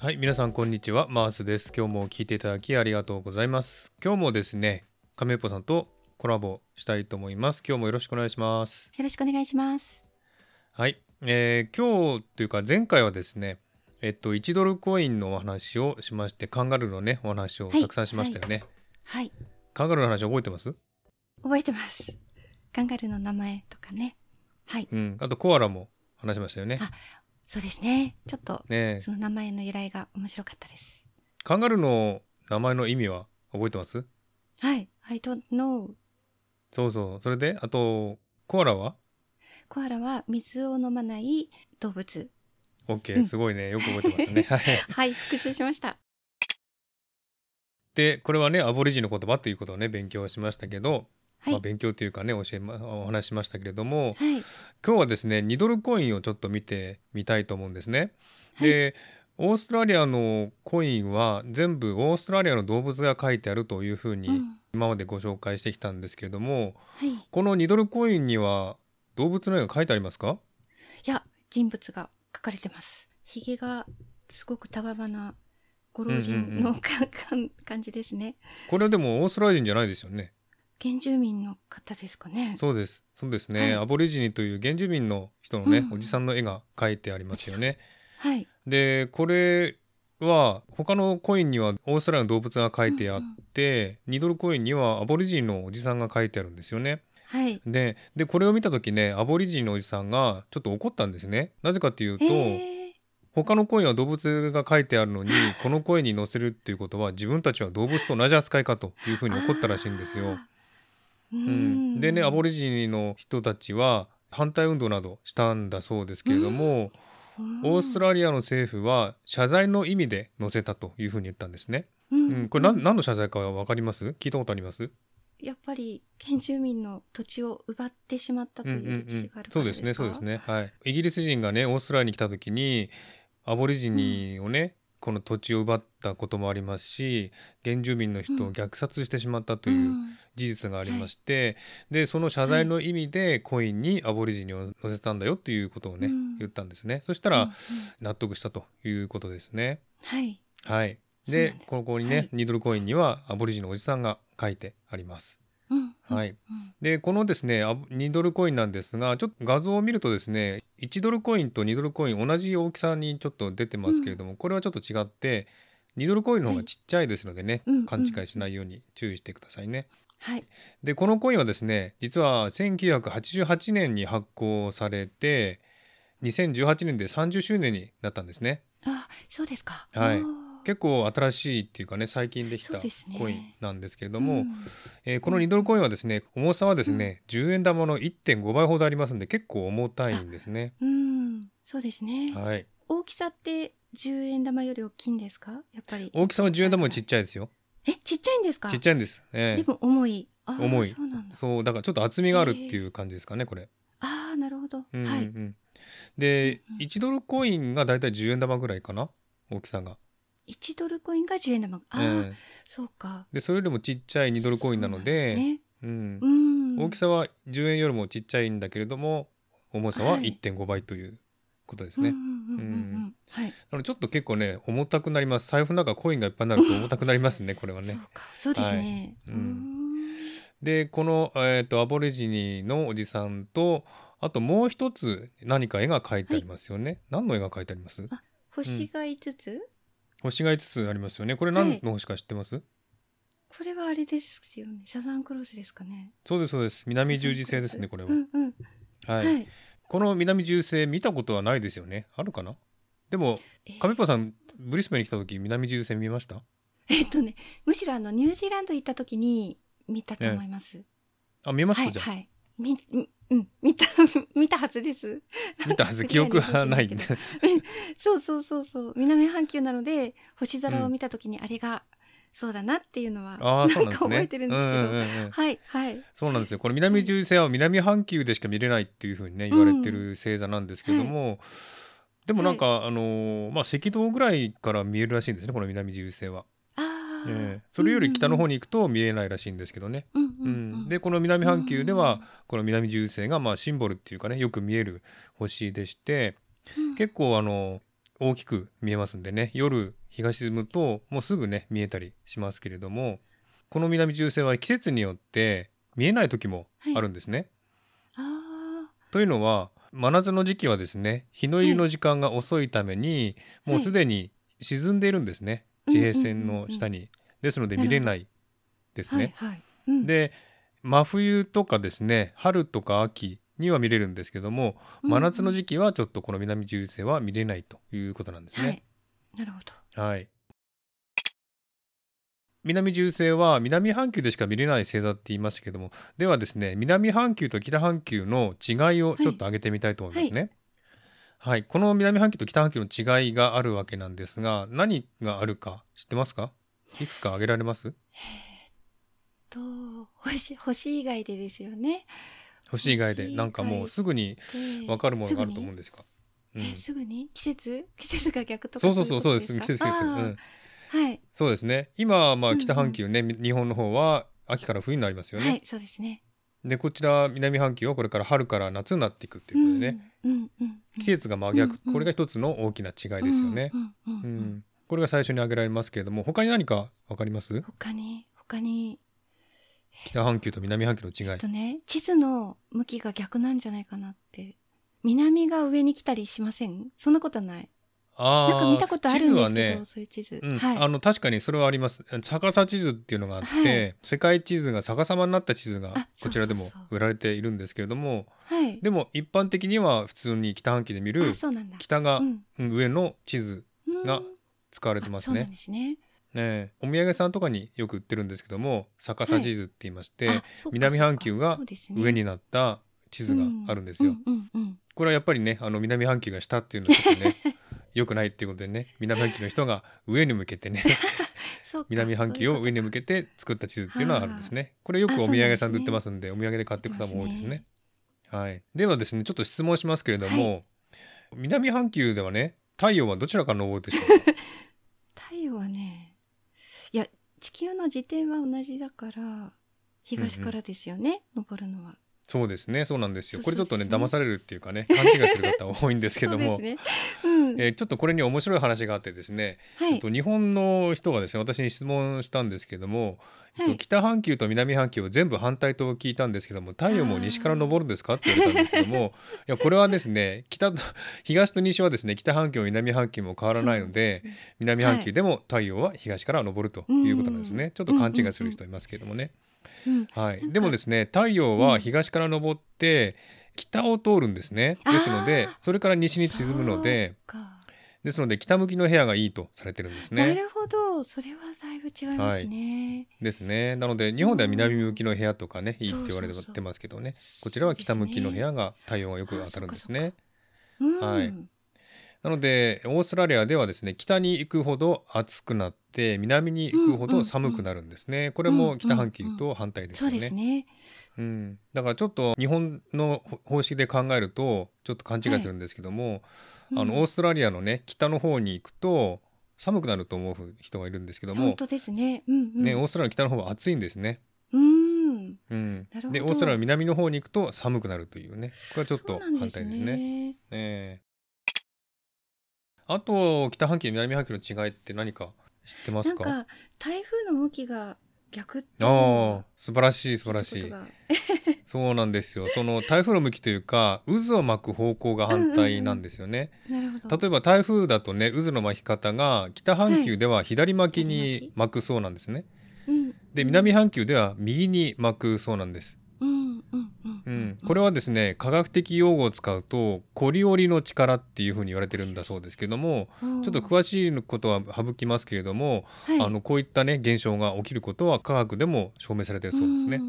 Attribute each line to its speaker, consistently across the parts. Speaker 1: はい、皆さんこんにちは、マースです。今日も聞いていただきありがとうございます。今日もですね、亀ぽさんとコラボしたいと思います。今日もよろしくお願いします。
Speaker 2: よろしくお願いします。
Speaker 1: はい、えー今日というか前回はですね、えっと1ドルコインのお話をしまして、カンガルーのねお話を
Speaker 2: はい
Speaker 1: たくさんしましたよね。
Speaker 2: はい、
Speaker 1: カンガルーの話覚えてます？
Speaker 2: 覚えてます。カンガルーの名前とかね。はい、
Speaker 1: うん。あとコアラも話しましたよね。
Speaker 2: あそうですね。ちょっと
Speaker 1: ねえ、
Speaker 2: その名前の由来が面白かったです。
Speaker 1: カンガルーの名前の意味は覚えてます？
Speaker 2: はい、I don't know。
Speaker 1: そうそう。それであとコアラは
Speaker 2: コアラは水を飲まない動物。う
Speaker 1: OK
Speaker 2: ん
Speaker 1: すごいねよく覚えてましたね。はい。
Speaker 2: はい、復習しました。
Speaker 1: でこれはねアボリジニの言葉ということをね勉強しましたけど、
Speaker 2: はい
Speaker 1: まあ、、勉強というかね教え、ま、お話ししましたけれども
Speaker 2: はい、
Speaker 1: 今日はですね2ドルコインをちょっと見てみたいと思うんですね。
Speaker 2: はい
Speaker 1: で、オーストラリアのコインは全部オーストラリアの動物が書いてあるというふう
Speaker 2: う
Speaker 1: に
Speaker 2: ん、
Speaker 1: 今までご紹介してきたんですけれども、
Speaker 2: はい。い
Speaker 1: この2ドルコインには動物の絵が書いてありますか
Speaker 2: や、人物が書かれてます。ひげがすごくたわばなご老人
Speaker 1: うんうんう
Speaker 2: の
Speaker 1: ん
Speaker 2: か、かん感じですね。
Speaker 1: これはでもオーストラリア人じゃないですよね。
Speaker 2: 原住民の方ですかね。
Speaker 1: そうですそうですね、
Speaker 2: はい
Speaker 1: アボリジニという原住民の人のね、
Speaker 2: うん
Speaker 1: おじさんの絵が書いてありますよね。
Speaker 2: はい。
Speaker 1: でこれは他のコインにはオーストラリアの動物が書いてあ
Speaker 2: うんう
Speaker 1: っ
Speaker 2: ん
Speaker 1: て、2ドルコインにはアボリジニのおじさんが書いてあるんですよね。
Speaker 2: はい。
Speaker 1: ででこれを見た時ねアボリジニのおじさんがちょっと怒ったんですね。なぜかというと、
Speaker 2: えー
Speaker 1: 他のコインは動物が書いてある のにこのコインに載せるっていうことは自分たちは動物と同じ扱いかというふうに怒ったらしいんですよ。
Speaker 2: あー。う
Speaker 1: うんん、でねアボリジニの人たちは反対運動などしたんだそうですけれども。オースト
Speaker 2: ラ
Speaker 1: ラリアの政府は謝罪の意味で載せたというふうに言ったんですね。
Speaker 2: リア、う
Speaker 1: うん、これ何何の謝罪かは分かります聞いたことあります
Speaker 2: やっぱり原住民の土地を奪ってしまったと
Speaker 1: うんうんう
Speaker 2: いう歴史
Speaker 1: ん
Speaker 2: があるか
Speaker 1: そ
Speaker 2: ら
Speaker 1: う
Speaker 2: で
Speaker 1: ですす
Speaker 2: か、
Speaker 1: ねそうですね。はい。イギリス人がねオーストラリアに来た時にアボリジニをね、この土地を奪ったこともありますし原住民の人を虐殺してしまったというん事実がありまして、でその謝罪の意味でコインにアボリジニを載せたんだよということをね、
Speaker 2: うん
Speaker 1: 言ったんですねそした
Speaker 2: うんう
Speaker 1: ら
Speaker 2: ん
Speaker 1: 納得したということですね。
Speaker 2: はい
Speaker 1: はい。
Speaker 2: そうなん
Speaker 1: で
Speaker 2: だ、
Speaker 1: ここにね、
Speaker 2: はい
Speaker 1: ニドルコインにはアボリジのおじさんが書いてあります。
Speaker 2: うん、
Speaker 1: はいい。
Speaker 2: うん
Speaker 1: で、このですね、アボニドルコインなんですが、ちょっと画像を見るとですね、1ドルコインと2ドルコイン同じ大きさにちょっと出てますけれども、これはちょっと違って、2ドルコインの方がちっちゃいですのでね、
Speaker 2: はいうん
Speaker 1: 勘違いしないように注意してくださいね。
Speaker 2: はい
Speaker 1: で、このコインはですね、実は1988年に発行されて、2018年で30周年になったんですね。
Speaker 2: あそうですか
Speaker 1: はい
Speaker 2: おー
Speaker 1: 結構新しいっていうかね最近でき
Speaker 2: そ
Speaker 1: た
Speaker 2: うですね
Speaker 1: コインなんですけれども、
Speaker 2: うん
Speaker 1: えーこの2ドルコインはですね重さはですね、10円玉の1.5倍ほどありますんで結構重たいんですね。
Speaker 2: うんそうですね、
Speaker 1: はい、
Speaker 2: 大きさって10円玉より大きいんですかやっぱり
Speaker 1: 大きさは10円玉もちっちゃいですよ。
Speaker 2: えちっちゃいんですか
Speaker 1: ちっちゃいんです。え
Speaker 2: で
Speaker 1: え
Speaker 2: も重いあー
Speaker 1: 重い
Speaker 2: そうなんだ
Speaker 1: そうだからちょっと厚みがあるっていう感じですかねこれ。
Speaker 2: ああなるほど、
Speaker 1: うんうんう
Speaker 2: はい
Speaker 1: ん、で
Speaker 2: うんうん
Speaker 1: 1ドルコインがだいたい10円玉ぐらいかな大きさが。
Speaker 2: 1ドルコインが10円玉ああ、
Speaker 1: ええ
Speaker 2: そうか
Speaker 1: でそれよりもちっちゃい2ドルコインなので
Speaker 2: そうなんすね
Speaker 1: うん
Speaker 2: うん、
Speaker 1: 大きさは10円よりもちっちゃいんだけれども重さは
Speaker 2: はい
Speaker 1: 1.5倍ということです
Speaker 2: うん
Speaker 1: ね、
Speaker 2: うん
Speaker 1: な
Speaker 2: うんうん
Speaker 1: う
Speaker 2: うん
Speaker 1: ん
Speaker 2: はい、
Speaker 1: のでちょっと結構ね重たくなります財布の中コインがいっぱいになる と重たくなりますねこれは
Speaker 2: そう
Speaker 1: ね
Speaker 2: か、そうですね。
Speaker 1: は
Speaker 2: う
Speaker 1: い
Speaker 2: ー
Speaker 1: うん
Speaker 2: ん
Speaker 1: でこの、えー、とアボリジニのおじさんとあともう一つ何か絵が描いてありますよね、何の絵が描いてあります
Speaker 2: あ星が5つ、
Speaker 1: 星が5つありますよねこれ
Speaker 2: は
Speaker 1: 何
Speaker 2: い
Speaker 1: の星か知ってます、
Speaker 2: これはあれですよね。サザンクロスですかね。
Speaker 1: そうですそうです南十字星ですね
Speaker 2: サ
Speaker 1: こ
Speaker 2: ザ
Speaker 1: れは、
Speaker 2: ンクロスうんうん。
Speaker 1: は、
Speaker 2: はいい。
Speaker 1: この南十字星見たことはないですよねあるかなでも
Speaker 2: えー
Speaker 1: 亀パさんブリスベンに来た時南十字星見ました
Speaker 2: えっとね、むしろあのニュージーランド行った時に見たと思います。
Speaker 1: あ見えまし
Speaker 2: は
Speaker 1: た
Speaker 2: い
Speaker 1: じゃん、
Speaker 2: はい。み、みうん、見た 見たはずです。
Speaker 1: 見たは ず記憶はないんで
Speaker 2: そうそうそうそう。南半球なので星空を見た時にあれがそうだなっていうのは、
Speaker 1: ああそうなんですね
Speaker 2: 覚えてるんですけど
Speaker 1: ううんうんうん
Speaker 2: はいはい。
Speaker 1: そうなんですよこれ南十字星は南半球でしか見れないっていうふうにね言われてる星座なんですけども、でもなんか、あのーまあ赤道ぐらいから見えるらしいんですねこの南十字星は、
Speaker 2: ああ、
Speaker 1: ええそれより北の方
Speaker 2: に、
Speaker 1: に行くと見えないらしいんですけどね、
Speaker 2: うんうん
Speaker 1: う
Speaker 2: うんんうん、
Speaker 1: でこの南半球ではこの南十字星がまあシンボルっていうかねよく見える星でして、
Speaker 2: うん、
Speaker 1: 結構あの大きく見えますんでね夜日が沈むともうすぐね見えたりしますけれどもこの南中線は季節によって見えない時もあるんですね。
Speaker 2: あ
Speaker 1: というのは真夏の時期はですね日の入りの時間が遅いために、
Speaker 2: は
Speaker 1: も
Speaker 2: い
Speaker 1: うすでに沈んでいるんですね、
Speaker 2: うん
Speaker 1: 地平線の下に。ですので見れないです
Speaker 2: あ、はい
Speaker 1: ね。
Speaker 2: はい。うん、
Speaker 1: で真冬とかですね春とか秋には見れるんですけども真夏の
Speaker 2: 期
Speaker 1: 時期はちょっとこの南十星は見れないということなんですね。
Speaker 2: はい。なるほど。
Speaker 1: はい。南十星は南半球でしか見れない星座って言いましたけどもではですね南半球と北半球の違いをちょっと挙げてみたいと思いますね。はい、この南半球と北半球の違いがあるわけなんですが何があるか知ってますかいくつか挙げられます
Speaker 2: と星星以外でですよね。
Speaker 1: 星以外で
Speaker 2: 星以外
Speaker 1: なんかもうすぐに
Speaker 2: で
Speaker 1: 分かるものがあると思うん
Speaker 2: す
Speaker 1: ですが。う
Speaker 2: ぐ
Speaker 1: ん
Speaker 2: に,、えすぐに季節季節が逆とか
Speaker 1: そうそうそうそうです季
Speaker 2: いこ
Speaker 1: 節
Speaker 2: と
Speaker 1: 季節、う
Speaker 2: あ
Speaker 1: ん、
Speaker 2: ーはい、
Speaker 1: そうですね今ま
Speaker 2: う
Speaker 1: あ
Speaker 2: んうん
Speaker 1: 北半球ね、日本の方は秋から冬になりますよね、
Speaker 2: はい、そうですね。
Speaker 1: でこちら南半球はこれから春から夏になっていくって
Speaker 2: う
Speaker 1: いうこと
Speaker 2: ん
Speaker 1: でね、、
Speaker 2: うんうん、
Speaker 1: 季節が真逆、
Speaker 2: うんうん
Speaker 1: これが一つの大きな違いですよね、
Speaker 2: うんうん
Speaker 1: う
Speaker 2: うんんうん
Speaker 1: これが最初に挙げられますけれども他に何か分かります
Speaker 2: 他に他に
Speaker 1: 北半球と南半球の違
Speaker 2: え
Speaker 1: い
Speaker 2: っとね地図の向きが逆なんじゃないかなって南が上に来たりしませんそんなことない
Speaker 1: あー
Speaker 2: なんか見たことあるんで
Speaker 1: 地図
Speaker 2: すけど、
Speaker 1: はね
Speaker 2: そういう地図、
Speaker 1: うん
Speaker 2: はい
Speaker 1: あの確かにそれはあります逆さ地図っていうのがあって、
Speaker 2: はい
Speaker 1: 世界地図が逆さまになった地図が
Speaker 2: あ
Speaker 1: こちらでも
Speaker 2: そうそうそ
Speaker 1: 売られているんですけれども
Speaker 2: はい
Speaker 1: でも一般的には普通に北半球で見る
Speaker 2: あそうなんだ
Speaker 1: 北が
Speaker 2: うん
Speaker 1: うん上の地図
Speaker 2: うん
Speaker 1: が使われてま
Speaker 2: あ
Speaker 1: す
Speaker 2: そうな
Speaker 1: ね
Speaker 2: ん。ですね
Speaker 1: ねえお土産屋さんとかによく売ってるんですけども逆さ地図って言いまして、
Speaker 2: あそうか
Speaker 1: 南半球が
Speaker 2: そうですね
Speaker 1: 上になった地図があるんですよ。
Speaker 2: うんうんうんうん
Speaker 1: これはやっぱりねあの南半球が下っていうのはちょっとね良くないっていうことでね南半球の人が上に向けてね
Speaker 2: そうか
Speaker 1: 南半球を上に向
Speaker 2: け
Speaker 1: けて作った地図っていうのはあるんですね。これよくお土産屋さんで売ってますんでお土産で買っていく方も多いですね。はい、ではですねちょっと質問しますけれども、南半球ではね太陽はどちらから昇るでしょうか
Speaker 2: 太陽はねいや地球の自転は同じだから東からですよね、登るのは
Speaker 1: そうですねそうなんですよ
Speaker 2: そう
Speaker 1: これちょっとね
Speaker 2: そうですね
Speaker 1: 騙されるっていう かね勘違いする方多いんですけども
Speaker 2: そうですねうん、
Speaker 1: えーちょっとこれに面白い話があってですね、
Speaker 2: は
Speaker 1: えっ
Speaker 2: い
Speaker 1: と、日本の人がですね私に質問したんですけども、えっ
Speaker 2: は
Speaker 1: と、
Speaker 2: い
Speaker 1: 北半球と南半球を全部反対と聞いたんですけども太陽も西から昇るんですかって言われたんですけどもいやこれはですね北と東と西はですね北半球も南半球も変わらないので
Speaker 2: そうです
Speaker 1: 南半球でも太陽は東から昇るということなんですね、ちょっと勘違いする人いますけれどもね、
Speaker 2: うん、
Speaker 1: はい
Speaker 2: なん、か
Speaker 1: でもですね太陽は東から昇って北を通るんですねですので
Speaker 2: あー
Speaker 1: それから西に沈むので。
Speaker 2: そうか
Speaker 1: ですので北向きの部屋がいいとされてるんです
Speaker 2: な
Speaker 1: ね。
Speaker 2: るほどそれはだいぶ違いますね、
Speaker 1: ですね。なので日本では南向きの部屋とかね、いいって言われ
Speaker 2: そうそうそ
Speaker 1: て
Speaker 2: う
Speaker 1: ますけどねこちらは北向きの部屋が太陽がよく当たるんです
Speaker 2: あ
Speaker 1: ね。
Speaker 2: うん
Speaker 1: はいなのでオーストラリアではですね北に行くほど暑くなって南に行くほど寒くなるんですね。これも北半球と反対です
Speaker 2: そう
Speaker 1: よ
Speaker 2: です
Speaker 1: ね。
Speaker 2: ね
Speaker 1: うん、だからちょっと日本の方式で考えるとちょっと勘違いするんですけども、あ
Speaker 2: うん
Speaker 1: のオーストラリアのね北の方に行くと寒くなると思う人がいるんですけども
Speaker 2: 本当ですねうんうん
Speaker 1: ね、オーストラリアの北の方は暑いんですね。
Speaker 2: うん
Speaker 1: うん
Speaker 2: なるほど、
Speaker 1: でオーストラリアの南の方に行くと寒くなるというねこれはちょっ
Speaker 2: そ
Speaker 1: と
Speaker 2: うなん
Speaker 1: 反対ですね。
Speaker 2: ね
Speaker 1: ええあと北半球南半球の違いって何か知ってま
Speaker 2: な
Speaker 1: す
Speaker 2: ん
Speaker 1: か
Speaker 2: か台風の向きが逆っていう
Speaker 1: ああ
Speaker 2: の
Speaker 1: 素晴らしい素晴
Speaker 2: が
Speaker 1: ら
Speaker 2: 聞
Speaker 1: し
Speaker 2: い
Speaker 1: い
Speaker 2: たことが
Speaker 1: そうなんですよその台風の向きというか渦を巻く方向が反対なんですよね、
Speaker 2: なるほど
Speaker 1: 例えば台風だとね渦の巻き方が北半球では左巻きに巻くそうなんですね、
Speaker 2: うん
Speaker 1: で南半球では右に巻くそうなんです
Speaker 2: うんうんうん
Speaker 1: うん、こ
Speaker 2: れ
Speaker 1: れはですね科学的用語を使うとコリオリの力っていうふうに言われてるんだそうですけども
Speaker 2: ちょ
Speaker 1: ちょっと詳しいことは省きますけれども、あのこういったね現象が起きることは科学でも証明されてるそうですね。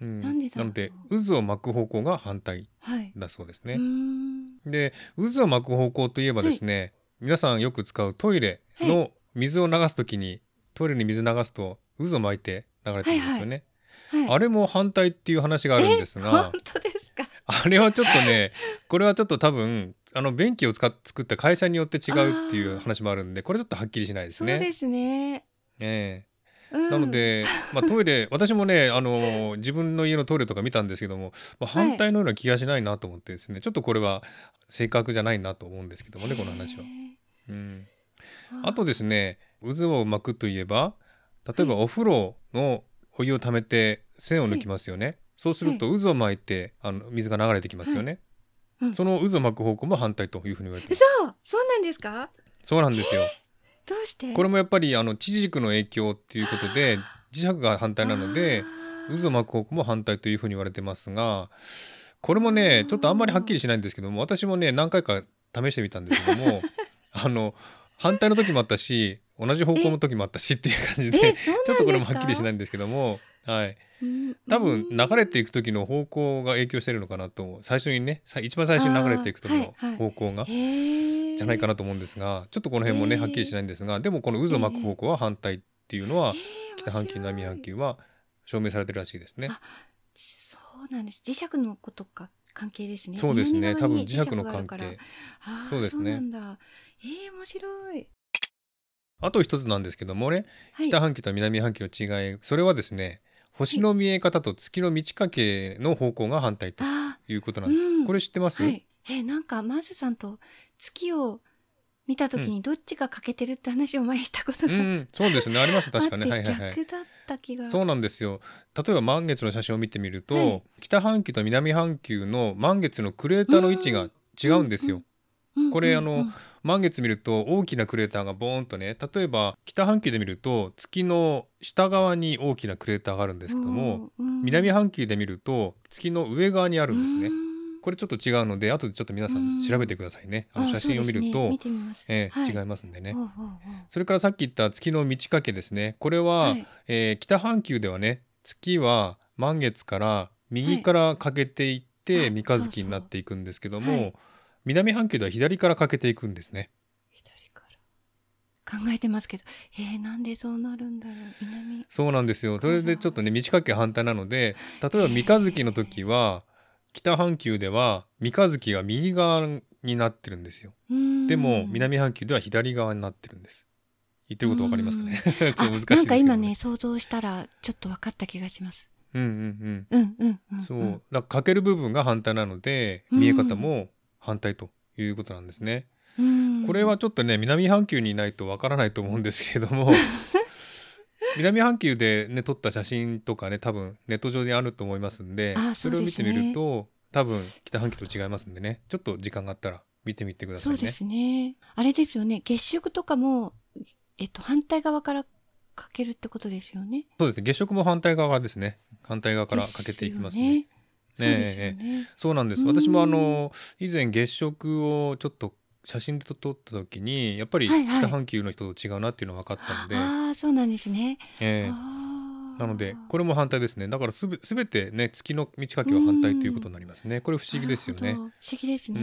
Speaker 1: うん
Speaker 2: なんでだ
Speaker 1: な
Speaker 2: ろう
Speaker 1: ので渦を巻く方向が反対
Speaker 2: はい
Speaker 1: だそうです
Speaker 2: う
Speaker 1: ね。
Speaker 2: ん
Speaker 1: で渦を巻く方向といえばですね、皆さんよく使うトイレの水を流す時に、トイレに水流すと渦を巻いて流れてるんですよね。
Speaker 2: はい
Speaker 1: あれも反対っていう話があるんですが
Speaker 2: 本。当ですか
Speaker 1: あれはちょっとね、これはちょっと多分、あの便器を使っ作った会社によって違うっていう話もあるんで、これちょっとはっきりしないです
Speaker 2: そう
Speaker 1: ね。
Speaker 2: ですね
Speaker 1: え
Speaker 2: うん
Speaker 1: えなので、まあトイレ、私もね、あの自分の家のトイレとか見たんですけども、まあ、
Speaker 2: はい
Speaker 1: 反対のような気がしないなと思ってですね、ちょっとこれは正確じゃないなと思うんですけどもね、この話は
Speaker 2: へ。ー
Speaker 1: うん、あとですね渦を巻くといえば例えば
Speaker 2: は
Speaker 1: お風呂のお湯をためて線を抜きますよね、そうすると渦を巻いてあの水が流れてきますよね、
Speaker 2: はいうん
Speaker 1: その渦を巻く方向も反対というふうに言われてます
Speaker 2: 嘘そうなんですか
Speaker 1: そうなんですよ
Speaker 2: どうして
Speaker 1: これもやっぱりあの地軸の影響っていうことで磁石が反対なので
Speaker 2: あー
Speaker 1: 渦を巻く方向も反対というふうに言われてますがこれもねちょっとあんまりはっきりしないんですけども私もね何回か試してみたんですけど もあの反対の時もあったし同じ方向の時もあったしっていう感じ
Speaker 2: え
Speaker 1: で
Speaker 2: そうなんですか
Speaker 1: ちょっとこれもはっきりしない
Speaker 2: い
Speaker 1: んですけども、はい、多分流れていく時の方向が影響してるのかなと最初にねさ一番最初に流れていく時の
Speaker 2: あーはいはい
Speaker 1: 方向が。
Speaker 2: じ
Speaker 1: じゃないか
Speaker 2: な
Speaker 1: なと思うんですがちょっとこの辺も
Speaker 2: え
Speaker 1: ね
Speaker 2: ー
Speaker 1: はっきりしないんですがでもこの渦を巻く方向は反対っていうのは北半球南半球は証明されてるらしいですね
Speaker 2: あ。そうなんです磁石のことか関係ですね
Speaker 1: そうですね
Speaker 2: 南
Speaker 1: 多
Speaker 2: 側
Speaker 1: 分
Speaker 2: に
Speaker 1: 磁石の
Speaker 2: がある
Speaker 1: 関
Speaker 2: から
Speaker 1: 係
Speaker 2: あー
Speaker 1: そうですね
Speaker 2: そうなんだえー、面白い、
Speaker 1: あと一つなんですけどもね
Speaker 2: はい、
Speaker 1: 北半球と南半球の違いそれはですね星の見え方と月の満ち欠けの方向が反対と
Speaker 2: あ
Speaker 1: いうことなんです、
Speaker 2: うん
Speaker 1: これ知ってます、
Speaker 2: ーはいえー、なんかマーズさんと月を見た時にどっちが欠けてるって話を前にしたこと
Speaker 1: うん
Speaker 2: が、
Speaker 1: うんそうですねありました
Speaker 2: あっ
Speaker 1: 確
Speaker 2: て
Speaker 1: かねはいはいはい
Speaker 2: 逆だった気が
Speaker 1: そうなんですよ例えば満月の写真を見てみると、
Speaker 2: はい
Speaker 1: 北半球と南半球の満月のクレーターの位置が違うんですよ、
Speaker 2: うん
Speaker 1: これ
Speaker 2: うん
Speaker 1: あの
Speaker 2: うん
Speaker 1: 満月見ると大きなクレーターがボーンとね例えば北半球で見ると月の下側に大きなクレーターがあるんですけども、
Speaker 2: うん
Speaker 1: 南半球で見ると月の上側にあるんですね、
Speaker 2: うん
Speaker 1: これちょっと違うので後でちょっと皆さん調べてくださいね、あの写真を見る
Speaker 2: あそうですね
Speaker 1: と、
Speaker 2: 見てみます
Speaker 1: えー
Speaker 2: は
Speaker 1: 違いますんでね、
Speaker 2: おうおうおう
Speaker 1: それからさっき言った月の満ち欠けですねこれは、
Speaker 2: はい
Speaker 1: えー北半球ではね月は満月から右から欠けていっ
Speaker 2: は
Speaker 1: て
Speaker 2: い
Speaker 1: 三日月になっていくんですけども、
Speaker 2: そうそうはい
Speaker 1: 南半球では左から欠けていくんですね。
Speaker 2: 左から考えてますけどえー、なんでそうなるんだろう南
Speaker 1: そうなんですよそれでちょっとね満ち欠け反対なので例えば三日月の時は北半球では三日月が右側になってるんですよ。
Speaker 2: うん
Speaker 1: でも南半球では左側になってるんです。言ってることわかりますかね。 ちょっと難しいですけど、
Speaker 2: あなんか今ね。想像したらちょっと分かった気がします
Speaker 1: うんうん
Speaker 2: うんうんう
Speaker 1: うんん。そう。
Speaker 2: ん
Speaker 1: だから欠ける部分が反対なので
Speaker 2: うん
Speaker 1: 見え方も反対ということなんですね。
Speaker 2: うん
Speaker 1: これはちょっとね南半球にいないとわからないと思うんですけれど も南半球でね撮った写真とかね多分ネット上にあると思いますんで
Speaker 2: あ
Speaker 1: そ
Speaker 2: そう
Speaker 1: れを
Speaker 2: で
Speaker 1: 見
Speaker 2: す
Speaker 1: て
Speaker 2: ね
Speaker 1: みると多分北半球と違いますんでねちょっと時間があったら見てみてくださ
Speaker 2: そ
Speaker 1: いうね。
Speaker 2: ですねあれですよね月食とかもえっと反対側からかけるってことですよね
Speaker 1: そうですね月食も反対側ですね反対側からかけていきますね。
Speaker 2: ですよねそうですよね
Speaker 1: そうなんです
Speaker 2: うん
Speaker 1: 私もあの以前月食をちょっと写真で撮った時にやっぱり
Speaker 2: はいはい
Speaker 1: 北半球の人と違うなっていうのが分かったので、
Speaker 2: ああそうなんですね、
Speaker 1: ええ
Speaker 2: あー
Speaker 1: なのでこれも反対ですねだからすべすべてね月の満ち欠けは反対ということになりますねこれ不思議ですよ
Speaker 2: な
Speaker 1: ね
Speaker 2: る、ほど不思議ですね、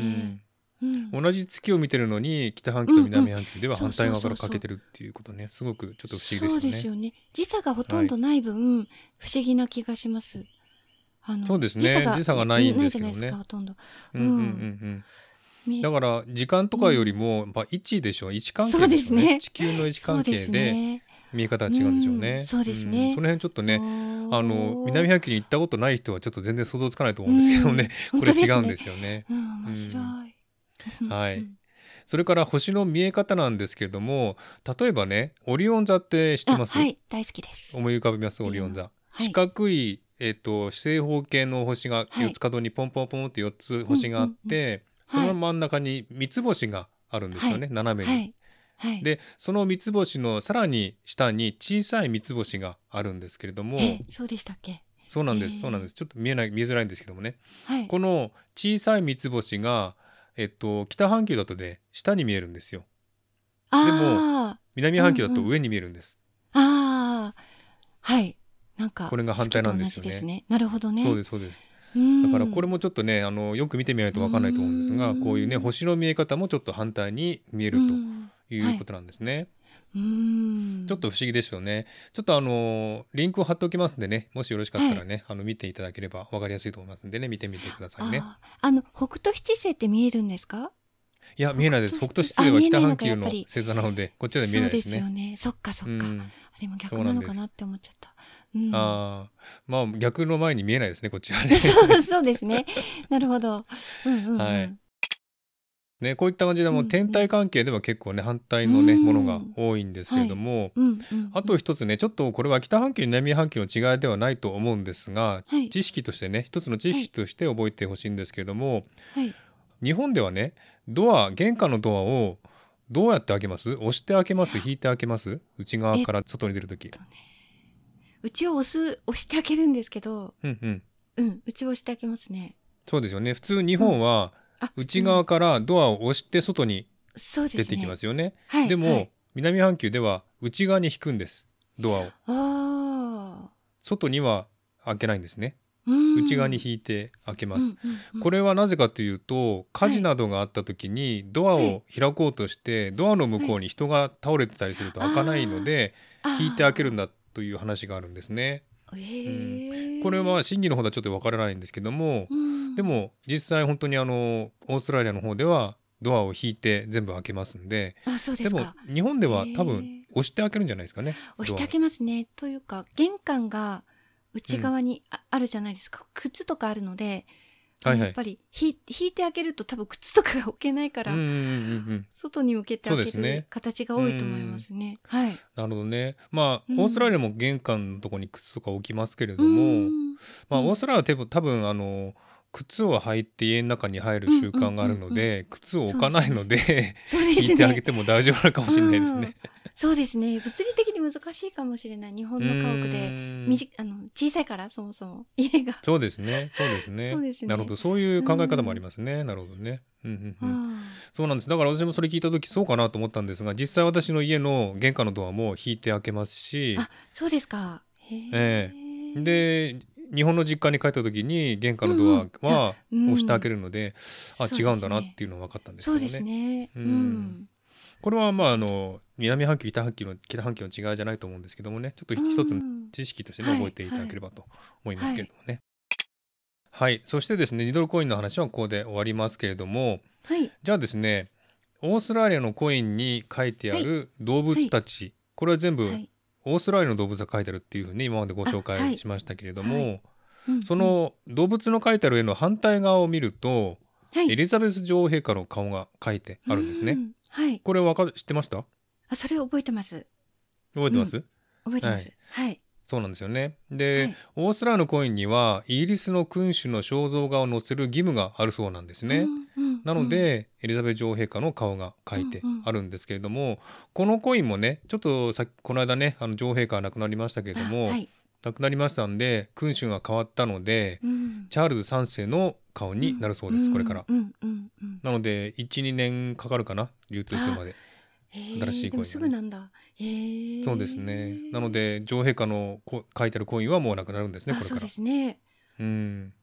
Speaker 2: うん
Speaker 1: うん、同じ月を見てるのに北半球と南半球では
Speaker 2: うんうん
Speaker 1: 反対側から
Speaker 2: そうそうそうそう
Speaker 1: 欠けてるっていうことねすごくちょっと不思議ですよ
Speaker 2: そう
Speaker 1: ね
Speaker 2: ですよね。時差がほとんどない分、不思議な気がします。あの
Speaker 1: そうですね時差がないんですけどね
Speaker 2: ないじゃないですかほとんど。
Speaker 1: うんうんうんう
Speaker 2: 見
Speaker 1: ん
Speaker 2: え
Speaker 1: だから時間とかよりもやっぱ位置でしょう位置関係でしょ
Speaker 2: そうですね
Speaker 1: 地球の位置
Speaker 2: そ
Speaker 1: 関
Speaker 2: うで
Speaker 1: 係
Speaker 2: す
Speaker 1: で
Speaker 2: ね。
Speaker 1: 見え方は違うんでしょうね、
Speaker 2: うんそうですね
Speaker 1: んその辺ちょっとね
Speaker 2: あ。
Speaker 1: あの南半球に行ったことない人はちょっと全然想像つかないと思うんですけどね、 これ違うんですすよね
Speaker 2: うん面白い。
Speaker 1: はい
Speaker 2: うん
Speaker 1: それから星の見え方なんですけれども例えばねオリオン座って知って
Speaker 2: あ
Speaker 1: ます、
Speaker 2: はい大好きです。
Speaker 1: 思い浮かびますオリオン座、
Speaker 2: はい
Speaker 1: 四角い、えっと正方形の星が
Speaker 2: はい
Speaker 1: 四つ角にポンポンポンって4つ星があって、
Speaker 2: うんうんうんはい
Speaker 1: その真ん中に三つ星があるんですよね、
Speaker 2: は
Speaker 1: 斜め
Speaker 2: は
Speaker 1: に。
Speaker 2: いはい。
Speaker 1: でその三つ星のさらに下に小さい三つ星があるんですけれども
Speaker 2: えそうでしたっけ。
Speaker 1: そうなんです、
Speaker 2: へー
Speaker 1: そうなんですちょっと見えない見えづらいんですけどもね
Speaker 2: はい。
Speaker 1: この小さい三つ星が、えっと北半球だとで下に見えるんですよ
Speaker 2: あ
Speaker 1: 南半球だと上に見えるんです、
Speaker 2: あああはいなんか
Speaker 1: これが反対なんですよね
Speaker 2: 月と同じですなるほどね。
Speaker 1: そうですそうです
Speaker 2: うん
Speaker 1: だからこれもちょっとねあのよく見てみないとわかんないと思うんですが
Speaker 2: うん
Speaker 1: こういうね星の見え方もちょっと反対に見える
Speaker 2: うん
Speaker 1: ということなんですね、
Speaker 2: うん
Speaker 1: ちょっと不思議ですよねちょっとあのリンクを貼っておきますんでねもしよろしかったらね、あの見ていただければわかりやすいと思いますんでね見てみてくださいね
Speaker 2: あーあの北斗七星って見えるんですか？
Speaker 1: いや見えないです北
Speaker 2: 北
Speaker 1: 斗
Speaker 2: 斗
Speaker 1: 七星は北
Speaker 2: 七
Speaker 1: 半
Speaker 2: あ見
Speaker 1: 球
Speaker 2: えな
Speaker 1: の
Speaker 2: いのかやっぱり
Speaker 1: 星座なのでこっちは見えないです
Speaker 2: そう
Speaker 1: ね
Speaker 2: よね。そっかそっ
Speaker 1: う
Speaker 2: か。あ
Speaker 1: ん、
Speaker 2: れも逆なのかなって思っちゃった。うん、
Speaker 1: あーまあ逆の前に見えない ですねこっちはね
Speaker 2: そうそうですね。なるほど。うんうん、うん。
Speaker 1: はいねこういった感じでも
Speaker 2: う
Speaker 1: うん天体関係では結構ね反対のね
Speaker 2: うん
Speaker 1: ものが多いんですけれども、
Speaker 2: うんうん
Speaker 1: あと一つねちょっとこれは北半球南半球の違いではないと思うんですが
Speaker 2: はい
Speaker 1: 知識としてね一つの知識として覚えてほしいんですけれども、
Speaker 2: はい
Speaker 1: 日本ではねドア玄関のドアをどうやって開けます押して開けます引いて開けます内側から外に出るとき。
Speaker 2: うちを押す押してあげるんですけど
Speaker 1: うんうん、
Speaker 2: うんうちを押してあげますね
Speaker 1: そうですよね普通日本は
Speaker 2: あ
Speaker 1: 内
Speaker 2: う
Speaker 1: 側
Speaker 2: ん
Speaker 1: からドアを押して外に
Speaker 2: そうですね
Speaker 1: 出てきますよね。
Speaker 2: はい
Speaker 1: でも、
Speaker 2: はい
Speaker 1: 南半球では内側に引くんですドアを
Speaker 2: あ
Speaker 1: 外には開けないんですね
Speaker 2: ーうん
Speaker 1: 内側に引いて開けます、
Speaker 2: うんうんうん
Speaker 1: これはなぜかというと火事などがあった時にドアを開こうとして、ドアの向こうに人が倒れてたりすると開かないので、引いて開けるん
Speaker 2: だ、
Speaker 1: だという話があるんですね
Speaker 2: えー
Speaker 1: これは真偽の方ではちょっとわからないんですけども、
Speaker 2: うん
Speaker 1: でも実際本当にあのオーストラリアの方ではドアを引いて全部開けますんで
Speaker 2: あそうで
Speaker 1: ですも
Speaker 2: か
Speaker 1: 日本では多
Speaker 2: へえ
Speaker 1: 分押して開けるんじゃないですかね
Speaker 2: 押してあげますねというか玄関が内側にあ,、あるじゃないですか靴とかあるので、
Speaker 1: はいは
Speaker 2: やっ
Speaker 1: い
Speaker 2: ぱりひ引いてあげると多分靴とかが置けないから、
Speaker 1: うんうんうんうん
Speaker 2: 外に向けてあげ
Speaker 1: そうですね
Speaker 2: る形が多いと思いますね。はい。
Speaker 1: なるほどねまあ、
Speaker 2: うん
Speaker 1: オーストラリアも玄関のとこに靴とか置きますけれど
Speaker 2: う
Speaker 1: も、
Speaker 2: ん
Speaker 1: まあ、
Speaker 2: うん
Speaker 1: オーストラリアは多分多分あの靴を履いて家の中に入る習慣があるので、靴を置かないので
Speaker 2: そうで
Speaker 1: 引
Speaker 2: す
Speaker 1: いてあげ
Speaker 2: ね。
Speaker 1: ても大丈夫なのかもしれないですね。
Speaker 2: そうですね。物理的に難しいかもしれない日本の家屋
Speaker 1: う
Speaker 2: で、
Speaker 1: ん
Speaker 2: みじあの小さいからそもそも家が。
Speaker 1: そうですねそうですね
Speaker 2: そうですね
Speaker 1: なるほどそういう考え方もありますね、なるほどね、うんうんうん
Speaker 2: あ
Speaker 1: そうなんですだから私もそれ聞いた時そうかなと思ったんですが実際私の家の玄関のドアも引いて開けますし
Speaker 2: ーあ、そうですか。へー
Speaker 1: えで日本の実家に帰った時に玄関のドアは
Speaker 2: うんうんあうん
Speaker 1: 押して開けるので、
Speaker 2: そうですね
Speaker 1: あ違うんだなっていうのは分かったんです
Speaker 2: そう
Speaker 1: け
Speaker 2: で
Speaker 1: ど
Speaker 2: す
Speaker 1: ね
Speaker 2: ね。う
Speaker 1: うんん。これはまああの南半球北半球の北半球の違いじゃないと思うんですけどもねちょっとひ一つ
Speaker 2: う
Speaker 1: の
Speaker 2: ん
Speaker 1: 知識として
Speaker 2: は
Speaker 1: ね
Speaker 2: い
Speaker 1: 覚えていただければと思いますけれどもね。はい、そしてですね2ドルコインの話はここで終わりますけれども
Speaker 2: はい。
Speaker 1: じゃあですねオーストラリアのコインに書いてある動物たち、これは全部
Speaker 2: はい
Speaker 1: オーストラリアの動物が書いてあるっていうふうに今までご紹
Speaker 2: あは
Speaker 1: 介
Speaker 2: い
Speaker 1: しましたけれども、
Speaker 2: はうん
Speaker 1: その動物の書いてある絵の反対側を見ると、
Speaker 2: はい
Speaker 1: エリザベス女王陛下の顔が書いてあるんですね。
Speaker 2: うんはい。
Speaker 1: これわか知ってました
Speaker 2: あ、それ覚えてます。
Speaker 1: 覚えてます、
Speaker 2: 覚えてます。はい。
Speaker 1: そうなんですよね。で、
Speaker 2: はい
Speaker 1: オーストラリアのコインにはイギリスの君主の肖像画を載せる義務があるそうなんですね。
Speaker 2: うんうん
Speaker 1: なので、エリザベス女王陛下の顔が書いてあるんですけれども、このコインもねちょっとさっきこの間ねあの女王陛下が亡くなりましたけれども、
Speaker 2: あはい
Speaker 1: 亡くなりましたんで君主が変わったので、
Speaker 2: うん
Speaker 1: チャールズ3世の顔になるそうです、これから。。
Speaker 2: うんうんうん
Speaker 1: なので12年かかるかな流通するまで
Speaker 2: 新
Speaker 1: 新しい
Speaker 2: で
Speaker 1: コインが
Speaker 2: も
Speaker 1: ね
Speaker 2: すぐなんだ。へー
Speaker 1: そうですねなので女王陛下のこ書いてあるコインはもうなくなるんですね
Speaker 2: あ
Speaker 1: これ
Speaker 2: そ
Speaker 1: か
Speaker 2: う
Speaker 1: ら
Speaker 2: ですね。
Speaker 1: うん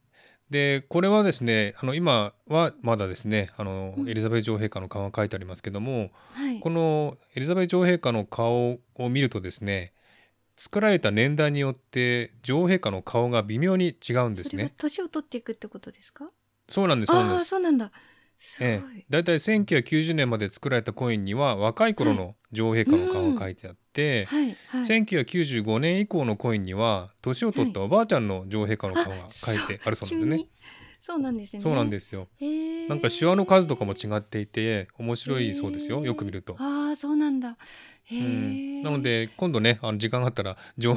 Speaker 1: でこれはですねあの今はまだですねあの、
Speaker 2: うん
Speaker 1: エリザベス女王陛下の顔が書いてありますけども
Speaker 2: はい。
Speaker 1: このエリザベス女王陛下の顔を見るとですね作られた年代によって女王陛下の顔が微妙に違うんです
Speaker 2: それは
Speaker 1: ね
Speaker 2: 年を取っていくってことですか？
Speaker 1: そうなんですそうなん
Speaker 2: あ
Speaker 1: です
Speaker 2: あそうなんだ。すご
Speaker 1: え
Speaker 2: い
Speaker 1: え。、だいたい1990年まで作られたコインには若い頃の女王陛下の顔が書いてあって、
Speaker 2: はいはい。
Speaker 1: 1995年以降のコインには年を取ったおばあちゃんの女王陛下の顔が書いてあるそうなんですね。
Speaker 2: 急に。そうなんですね。。
Speaker 1: そうなんですすよ。
Speaker 2: へえ。
Speaker 1: なんかシワの数とかも違っていて面白いそうです
Speaker 2: へ
Speaker 1: よ。
Speaker 2: え
Speaker 1: よく見ると。
Speaker 2: ああそうなんだ。へ
Speaker 1: う
Speaker 2: え。
Speaker 1: ん、なので今度ねあの時間があったら女王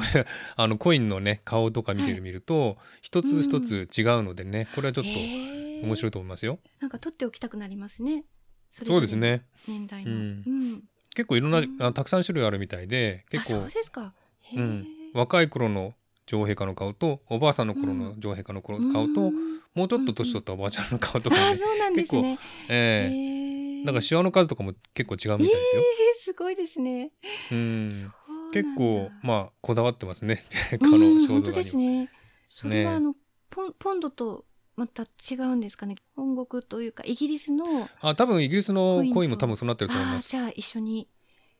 Speaker 1: あのコインのね顔とか見てみると、一つ一つ違うのでねこれはちょっと面
Speaker 2: 面
Speaker 1: 白いと思いますよ。
Speaker 2: なんか取っておきたくなりますね。それ
Speaker 1: そ
Speaker 2: ぞれ
Speaker 1: うです。ね。
Speaker 2: 年代の。う
Speaker 1: うんん。
Speaker 2: うん、
Speaker 1: 結構いろんなあたくさん種類あるみたいで
Speaker 2: あ
Speaker 1: 結
Speaker 2: そ
Speaker 1: 構
Speaker 2: うですか。へー
Speaker 1: うん、若い頃の女王陛下の顔とおばあさんの頃の女王陛下の頃の顔と、
Speaker 2: うん
Speaker 1: もうちょっと年取ったおばあちゃんの顔とか
Speaker 2: ああ
Speaker 1: ね、
Speaker 2: そうなんですね。
Speaker 1: ええ
Speaker 2: へえ。
Speaker 1: なんかシワの数とかも結構違うみたいですよ。
Speaker 2: えーすごいですね。
Speaker 1: うん、
Speaker 2: そうなんだ
Speaker 1: 結構まあこだわってますね
Speaker 2: う
Speaker 1: 顔の
Speaker 2: ん
Speaker 1: 肖
Speaker 2: 本当
Speaker 1: 像画
Speaker 2: で
Speaker 1: に
Speaker 2: す
Speaker 1: は。
Speaker 2: ね。それは
Speaker 1: ね
Speaker 2: あの、ポンポンドとまた違うんですかね。本国というかイギリスの
Speaker 1: あ多分イギリスの
Speaker 2: コインと
Speaker 1: コインも多分そうなってると思い
Speaker 2: あ
Speaker 1: ま
Speaker 2: あ
Speaker 1: す。
Speaker 2: じゃあ一緒に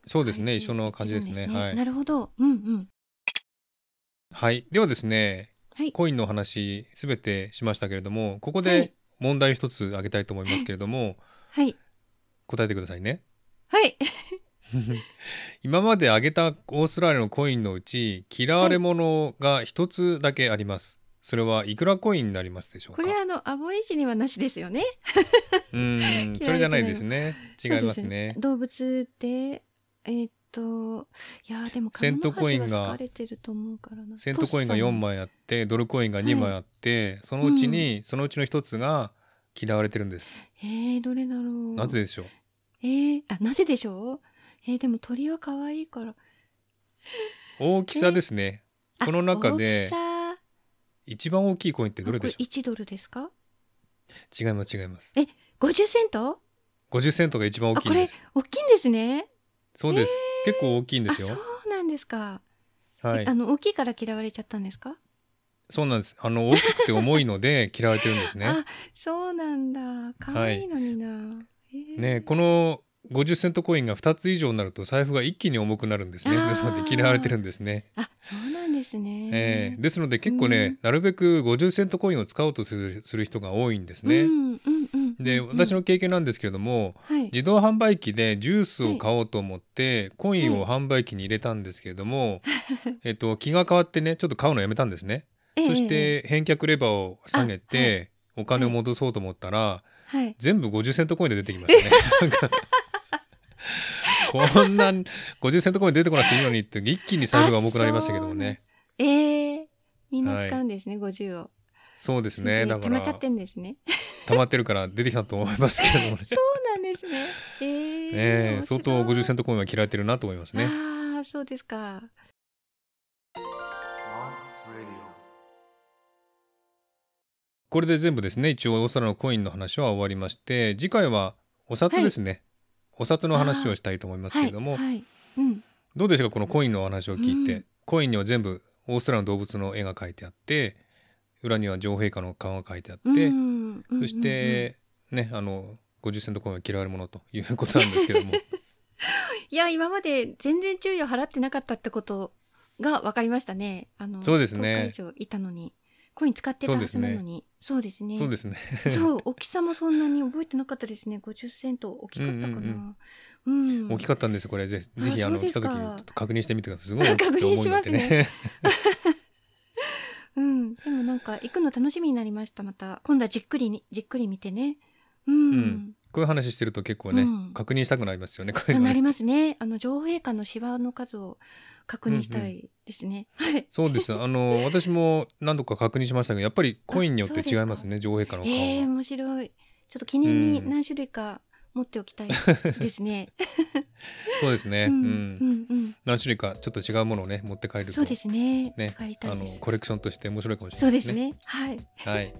Speaker 1: そうですね
Speaker 2: はい
Speaker 1: 一緒の感じです
Speaker 2: い
Speaker 1: ね。
Speaker 2: けるん
Speaker 1: はい、
Speaker 2: なるほど。うんうん。
Speaker 1: はい、ではですね
Speaker 2: はい。
Speaker 1: コインのお話すべてしましたけれどもここ
Speaker 2: は
Speaker 1: で
Speaker 2: い
Speaker 1: 問題一つ挙げたいと思いますけれども、
Speaker 2: はい。
Speaker 1: 答えてくださいね。
Speaker 2: はい。
Speaker 1: 今まで挙げたオーストラリアのコインのうち嫌われ者が一つだけあります、それはいくらコインになりますでしょう
Speaker 2: こ
Speaker 1: か
Speaker 2: れあのアボリジニはなしですよね
Speaker 1: うんそれじゃないですね違います
Speaker 2: そうで
Speaker 1: ね
Speaker 2: 動物でえーっといやーでもカ
Speaker 1: セン
Speaker 2: モ
Speaker 1: ト
Speaker 2: ノ
Speaker 1: コ
Speaker 2: ハ
Speaker 1: イ
Speaker 2: シ
Speaker 1: ンが
Speaker 2: は好かれてると思うからな
Speaker 1: セントコインが4枚あってドルコインが2枚あって、そのうちに、そのうちの一つが嫌われてるんです
Speaker 2: えー、どれだろう
Speaker 1: なぜでしょう
Speaker 2: えー、あなぜでしょうえー、でも鳥は可愛いから
Speaker 1: 大きさですね
Speaker 2: あ
Speaker 1: この中で
Speaker 2: 大きさ
Speaker 1: 一番大きいコインってどれでし
Speaker 2: こ
Speaker 1: ょ
Speaker 2: れ1ドルですか
Speaker 1: う違います違います
Speaker 2: 50セント
Speaker 1: 50セントが一番大
Speaker 2: あ
Speaker 1: きい
Speaker 2: こ
Speaker 1: んで
Speaker 2: れ
Speaker 1: す
Speaker 2: 大きいんですね
Speaker 1: そうです、結構大きいんで
Speaker 2: あ
Speaker 1: すよ
Speaker 2: そうなんですか、
Speaker 1: は
Speaker 2: え
Speaker 1: い
Speaker 2: あの大きいから嫌われちゃったんですか、
Speaker 1: そうなんですあの大きくて重いので嫌われてるんですね
Speaker 2: あそうなんだ可愛いのにな、えー
Speaker 1: ねこの50セントコインが2つ以上になると財布が一気に重くなるんですね
Speaker 2: あー
Speaker 1: ですので嫌われてるんですね、
Speaker 2: あそうなんですね、
Speaker 1: えーですので結構ね、
Speaker 2: うん
Speaker 1: なるべく50セントコインを使おうとするする人が多いんですね、
Speaker 2: うんうんうん、
Speaker 1: で
Speaker 2: うん
Speaker 1: 私、の経験なんですけれども、
Speaker 2: はい、
Speaker 1: 自動販売機でジュースを買おうと思って、コインを販売機に入れたんですけれど も、えっと、気が変わってねちょっと買うのやめたんですね、
Speaker 2: ええ
Speaker 1: そし、
Speaker 2: ええ
Speaker 1: て返却レバーを下げて、お金を戻そうと思ったら、
Speaker 2: はい、
Speaker 1: 全部50セントコインで出てきましたねなんかこんな50セントコイン出てこなくていいのにって一気に財布が重くなりましたけどもね
Speaker 2: えー、みんな使うんですね、50を
Speaker 1: そうですね
Speaker 2: えー
Speaker 1: だか
Speaker 2: 溜ま
Speaker 1: ら
Speaker 2: っちゃってんです ねそ
Speaker 1: 溜まってるから出てきたと思いますけど もね
Speaker 2: うなんですねえー、
Speaker 1: ねえ相当50セ
Speaker 2: ン
Speaker 1: ントコインは嫌われてるなと思いますね
Speaker 2: ああそうですか
Speaker 3: Love Radio.
Speaker 1: これで全部ですね一応お皿のコインの話は終わりまして次回はお札ですね、お札の話をしたいと思いますけれども、
Speaker 2: はい、はい、うん
Speaker 1: どうでしたかこのコインのお話を聞いて、
Speaker 2: うん
Speaker 1: コインには全部オーストラリアの動物の絵が描いてあって裏には女王陛下の顔が描いてあって、
Speaker 2: うんうん
Speaker 1: そして、ねあの50セントコインは嫌われるものということなんですけど も
Speaker 2: うんうんいや今まで全然注意を払ってなかったってことが分かりましたねあの
Speaker 1: そうですね
Speaker 2: 10日以上いたのにコイン使ってたはずなのにそうですね
Speaker 1: そうですね
Speaker 2: そう大きさもそんなに覚えてなかったですね50セント大きかったかなうん
Speaker 1: 大きかったんですこれぜひ
Speaker 2: あ
Speaker 1: ぜひあの
Speaker 2: そうで
Speaker 1: 来
Speaker 2: す
Speaker 1: た
Speaker 2: か
Speaker 1: 時にちょっと確認してみてくださいすごい大きくて
Speaker 2: 確認
Speaker 1: 重い
Speaker 2: し
Speaker 1: んだ
Speaker 2: ま
Speaker 1: って
Speaker 2: す
Speaker 1: ね
Speaker 2: ねうんでもなんか行くの楽しみになりましたまた今度はじっくりにじっくり見てねうん、
Speaker 1: うん こういう話してると結構ね、
Speaker 2: うん
Speaker 1: 確認したくなりますよねこういう
Speaker 2: あ
Speaker 1: の
Speaker 2: な
Speaker 1: ね
Speaker 2: りますねあの女王陛下の芝の数を確認したいですね、はい
Speaker 1: そう ですあの私も何度か確認しましたがやっぱりコインによって違いますね女王陛下の顔は、
Speaker 2: えー、面白いちょっと記念
Speaker 1: う
Speaker 2: に
Speaker 1: ん
Speaker 2: 何種類か持っておきたいで すね、
Speaker 1: そうですね、
Speaker 2: う
Speaker 1: うんん
Speaker 2: うんうん
Speaker 1: 何種類かちょっと違うものをね持って帰ると
Speaker 2: そうですね
Speaker 1: ね
Speaker 2: 帰りた
Speaker 1: あ
Speaker 2: い
Speaker 1: の
Speaker 2: です
Speaker 1: コレクションとして面白いかもし
Speaker 2: そ
Speaker 1: れ
Speaker 2: う
Speaker 1: ないで
Speaker 2: で
Speaker 1: す
Speaker 2: す
Speaker 1: ね。
Speaker 2: ねはい
Speaker 1: はい、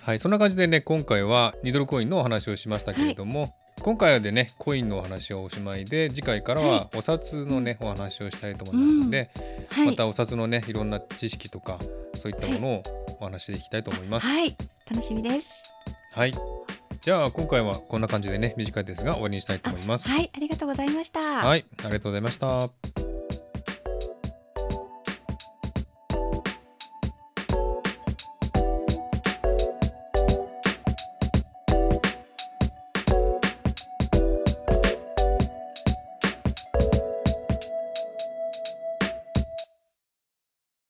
Speaker 1: はい、そんな感じでね今回は2ドルコインのお話をしましたけれども、今回はでねコインのお話をおしまいで次回からはお札のね、お話をしたいと思いますので、
Speaker 2: はい
Speaker 1: またお札のねいろんな知識とかそういったものをお話していきたいと思います。はい、
Speaker 2: はい楽しみです
Speaker 1: じゃあ今回はこんな感じでね短いですが終わりにしたいと思います。
Speaker 2: はいありがとうございました
Speaker 1: はい、ありがとうございました。